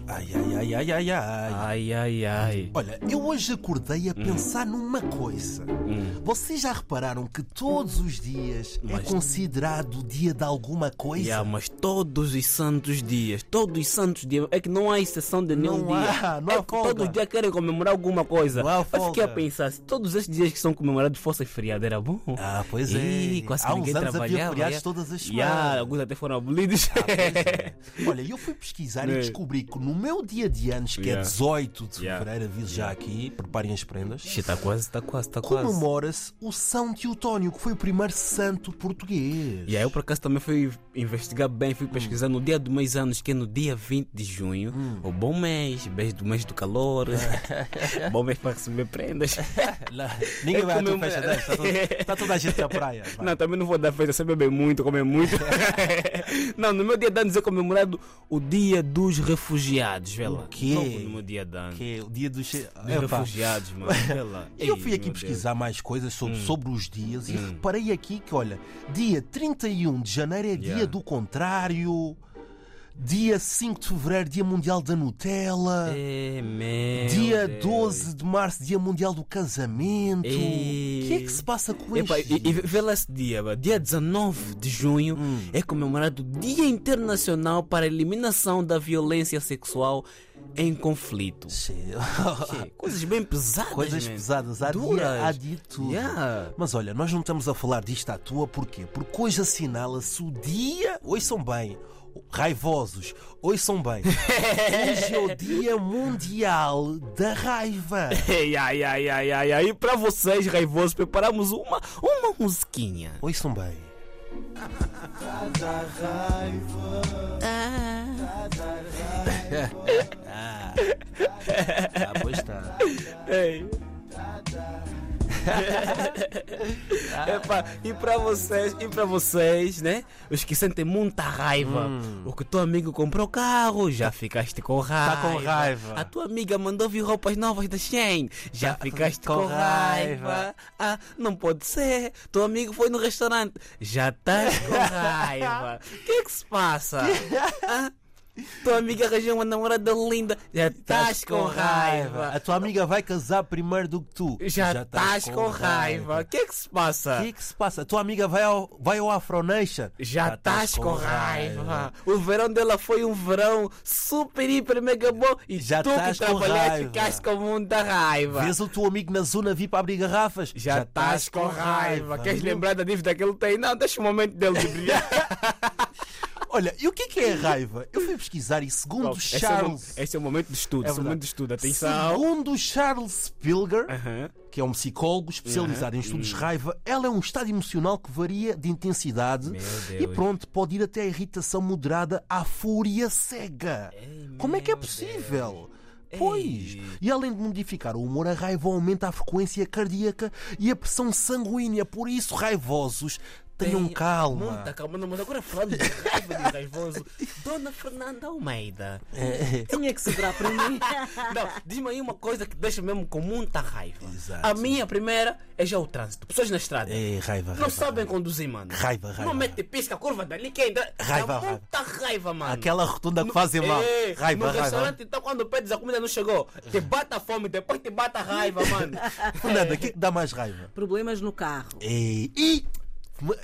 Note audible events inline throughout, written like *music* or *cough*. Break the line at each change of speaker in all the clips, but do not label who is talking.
ai, ai, ai, ai.
Ai, Hum. ai, ai.
Olha, eu hoje acordei a pensar numa coisa. Vocês já repararam que todos os dias é
Hum. Mas-
considerado o dia de alguma coisa?
Yeah, mas todos os santos dias, todos os santos dias, é que não há exceção de nenhum
Não há,
dia.
não há
é que
folga.
todos os dias querem comemorar alguma coisa.
Não há
eu fiquei a
folga.
pensar, se todos esses dias que são comemorados fossem feriado, era bom.
Ah, pois
Ih,
é.
quase
Há uns
ninguém
anos havia
trabalhava. é.
feriados
yeah.
todas as
Yeah,
semanas.
*laughs*
Ah, é.
alguns até foram abolidos. *laughs*
Olha, eu fui pesquisar e
Né?
descobri que no meu dia de anos, que é
Yeah.
18 de
Yeah.
fevereiro, aviso já aqui, preparem as prendas,
Está tá quase, está quase, está quase.
comemora-se o São Teutónio, que foi o primeiro santo português.
E aí eu por acaso também fui investigar bem, fui pesquisar no dia dos meus anos, que é no dia 20 de junho.
Hum.
O bom mês, mês do mês
*laughs*
do calor, bom mês para receber prendas.
*laughs* Lá- Ninguém
É
vai à tua
comemorar.
festa desta, está toda, está toda a gente na
*laughs*
praia. vai.
Não, também não vou dar festa sem beber muito,
*laughs*
comer muito. não, no meu dia de anos é comemorado o dia dos refugiados, vela.
O quê?
Logo no meu dia de anos.
Que é o dia dos...
Dos refugiados, mano, vela.
*laughs* E eu fui
Ei,
aqui
meu Deus. Hum.
pesquisar mais coisas sobre, sobre os dias e reparei aqui que, olha, dia 31 de janeiro é dia
Yeah.
do contrário, dia 5 de fevereiro, dia mundial da Nutella,
É, meu
dia
Deus.
12 de março, dia mundial do casamento.
Ei.
O que é que se passa com
Epá,
este?
e, e vê lá esse dia, bá. dia 19 de junho
Hum.
é comemorado o Dia Internacional para a Eliminação da Violência Sexual em Conflito. Quê? Coisas bem
*laughs*
pesadas,
Coisas
man.
pesadas, há
Duras.
dia, há dia de tudo.
Yeah.
Mas olha, nós não estamos a falar disto à toa, porquê? Porque hoje assinala-se o dia. Hoje são bem. Raivosos, hoje são
*laughs*
bem. Hoje é o Dia Mundial da Raiva.
*laughs* Ei, ai, ai, ai, ai, ai. E para vocês, raivosos, preparamos uma, uma musiquinha.
Hoje são bem.
Tá
Ah, pois
*laughs*
está.
Ei. *laughs* Epá, e para vocês, e para vocês, né? Os que sentem muita raiva. O que teu amigo comprou carro, já ficaste Tá com raiva.
com raiva.
A tua amiga mandou vir roupas novas da Shein, já ficaste
com
com,
raiva.
raiva. Ah, não pode ser. Teu amigo foi no restaurante, já estás *laughs* com raiva. O que é que se *laughs* passa? Ah? Tua amiga arranjou uma namorada linda, já estás com raiva.
A tua amiga vai casar primeiro do que tu.
Já estás com raiva. O que é que se
O
passa?
que é que se passa? A tua amiga vai ao, vai ao Afro Nation?
Já estás com raiva. O verão dela foi um verão super, hiper, mega bom. E
Já
tu que
tás com
trabalhaste
raiva.
ficaste com muita raiva.
Vês o teu amigo na zona VIP abrir garrafas?
Já estás com raiva. Queres
Viu?
lembrar da dívida que ele tem? Não, deixa o momento dele de brilhar.
Olha, e o que é, que é raiva? Eu fui pesquisar e segundo
Não, esse, é o, mo-
Charles.
esse é o momento de estudo.
É
esse é o
verdade.
momento de estudo. Atenção.
Segundo Charles Pilger,
Aham. Hum.
que é um psicólogo especializado em estudos de raiva, ela é um estado emocional que varia de intensidade
Meu
e
Deus.
pronto, pode ir até a irritação moderada à fúria cega.
Ei,
Como é que é
meu
possível? Pois! E além de modificar o humor, a raiva aumenta a frequência cardíaca e a pressão sanguínea. Por isso, raivosos, tenham
Tem-
calma.
Muita calma, não, mas agora falando de raiva de raivoso, Dona Fernanda Almeida tinha que segurar para mim. Não, diz-me aí uma coisa que deixa mesmo com muita raiva.
Exato.
A minha primeira é já o trânsito. Pessoas na estrada.
É, raiva,
Não
raiva.
sabem conduzir, mano.
Raiva, raiva,
Não
raiva.
mete pisca, curva dali que ainda.
Raiva,
Dá muita raiva, mano.
Aquela rotunda que fazem mal.
Ei,
Raiva,
É, no
raiva.
restaurante, então, quando pedes a comida não chegou, te bata a fome, depois te bata a raiva, mano.
Fernanda, o que é que dá mais raiva?
*laughs* Problemas no carro.
Ei, e.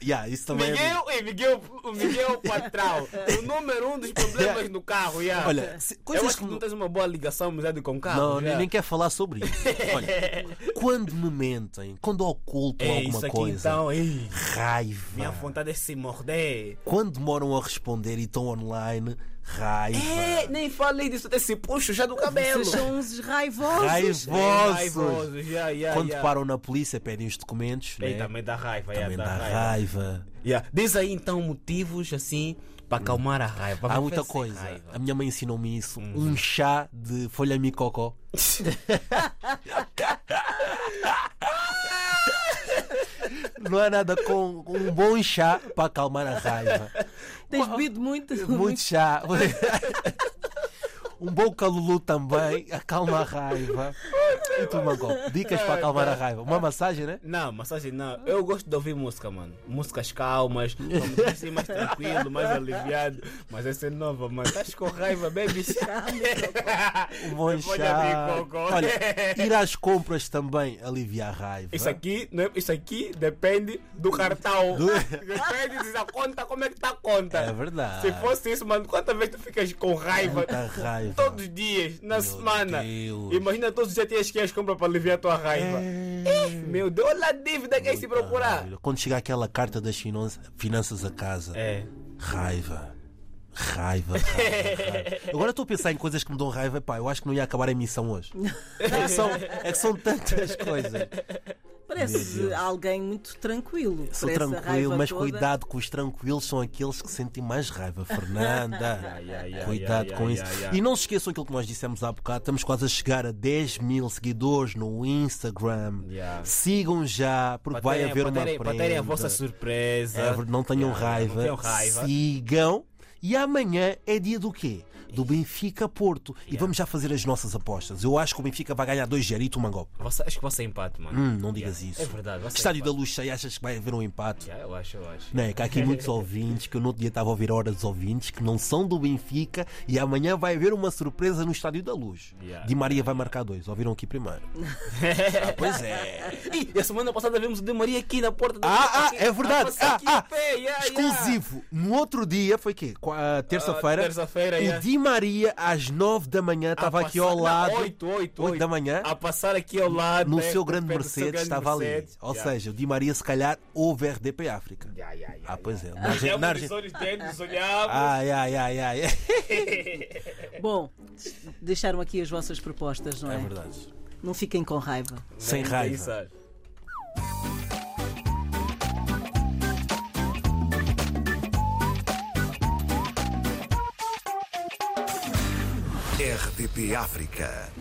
Yeah, isso *laughs* também é.
Miguel, ei, Miguel, o Miguel Patral, o número um dos problemas no carro, yeah.
Olha, se-
eu
coisas
acho que
como-
não tens É uma boa ligação, amizade com o carro.
Não,
yeah.
nem, nem quer falar sobre
*laughs*
isso. Olha, quando me mentem, quando ocultam
É
alguma
isso aqui
coisa, Ah.
então, ei,
raiva.
minha vontade é se morder.
Quando demoram a responder e estão online, raiva.
É, nem falei disso, até se puxo já do cabelo.
Vocês são uns raivosos.
Ei,
Raivosos.
raivosos, yeah, yeah,
Quando
yeah.
param na polícia, pedem os documentos,
Ei,
né?
É. também dá raiva, yeah,
também
dá,
dá
raiva.
raiva.
Yeah. Diz aí então motivos assim para acalmar a raiva.
Há
Mas
muita
faz sem
coisa.
raiva. Uhum.
A minha mãe ensinou-me isso. Um chá de folha micocó.
*laughs*
Não há nada com um bom chá para acalmar a raiva.
Tens bebido muito.
Muito chá. *laughs* Um bom calulu também acalma a raiva. E tu, Manco? Dicas para acalmar a raiva. Uma massagem, né?
Não, massagem não. Eu gosto de ouvir música, mano. Músicas calmas, como assim, mais tranquilo, *laughs* mais aliviado. Mas essa é nova, mano. Estás com raiva, *laughs* baby.
Um bom
Depois
chá.
abrir cocô.
Olha, ir às compras também alivia a raiva.
Isso aqui, não é- isso aqui depende do cartão.
Do-
*laughs* Depende da conta, como é que está a conta.
É verdade.
Se fosse isso, mano, quantas vezes tu ficas com raiva?
Tanta raiva.
Todos os dias, na
Meu
semana.
Deus. É.
Imagina todos os dias tens que as compras para aliviar a tua raiva. Ih, Meu Deus, olha a dívida que é se procurar.
Maravilha. Ah, Quando chegar aquela carta das finan- finanças a casa,
É.
raiva.
*laughs*
Raiva, raiva, raiva. Agora estou a pensar em coisas que me dão raiva. Pá, eu acho que não ia acabar a emissão hoje. É que são, é que são tantas coisas. Meu
Parece
Deus.
alguém muito tranquilo.
Sou
Parece a
tranquilo,
raiva
mas
toda.
cuidado que os tranquilos são aqueles que sentem mais raiva, Fernanda.
*laughs* ai, ai, ai,
Cuidado
ai,
com
ai,
isso.
ai, ai.
E não se esqueçam aquilo que nós dissemos há bocado. Estamos quase a chegar a 10 mil seguidores no Instagram.
Yeah.
Sigam já, porque vai haver uma
terem- Para terem a vossa
prenda.
surpresa.
É verdade, não tenham
Yeah,
raiva.
Não tenham é raiva.
Sigam. E amanhã é dia do quê? Do Benfica Porto. E vamos já fazer as nossas apostas. Eu acho que o Benfica vai ganhar 2-0 e tu, Mangop.
Você- acho que você empate, mano.
Hum, não digas
Yeah.
isso.
É verdade. Você
Estádio da
empate.
Luz cheio, achas que vai haver um empate?
Yeah, eu acho, eu acho.
Né, que há
*laughs*
aqui muitos ouvintes que eu no outro dia estava a ouvir horas dos ouvintes que não são do Benfica e amanhã vai haver uma surpresa no Estádio da Luz.
Yeah.
Di Maria vai marcar dois, ouviram aqui
*laughs*
primeiro. ah, pois é.
Ih, e a semana passada vimos o De Maria aqui na porta da
Ah, ah,
aqui,
é verdade.
a passar
Ah,
aqui em
ah,
pé, yeah, yeah.
exclusivo. No outro dia, foi quê? Qua- Terça-feira.
Ah, terça-feira,
o
yeah.
Di Maria, às nove da manhã,
A
estava aqui
passar-
ao
não,
lado.
oito, oito,
Oito da
oito.
manhã.
A passar aqui ao lado.
No
né,
seu
com o
grande
pé do seu
Mercedes,
grande
estava
Mercedes.
ali. Ou
Yeah.
seja, o Di Maria, se calhar, houve RDP África.
Yeah, yeah, yeah,
Ah,
yeah.
pois é. Na
*laughs*
Argen-
Olhamos
na
nos
Argen-
olhos dele, nos olhamos.
Ai, ai, ai, ai.
Bom, deixaram aqui as vossas propostas, não é?
É verdade.
Não fiquem com raiva.
Sem
Nem
raiva.
pensar.
RTP África.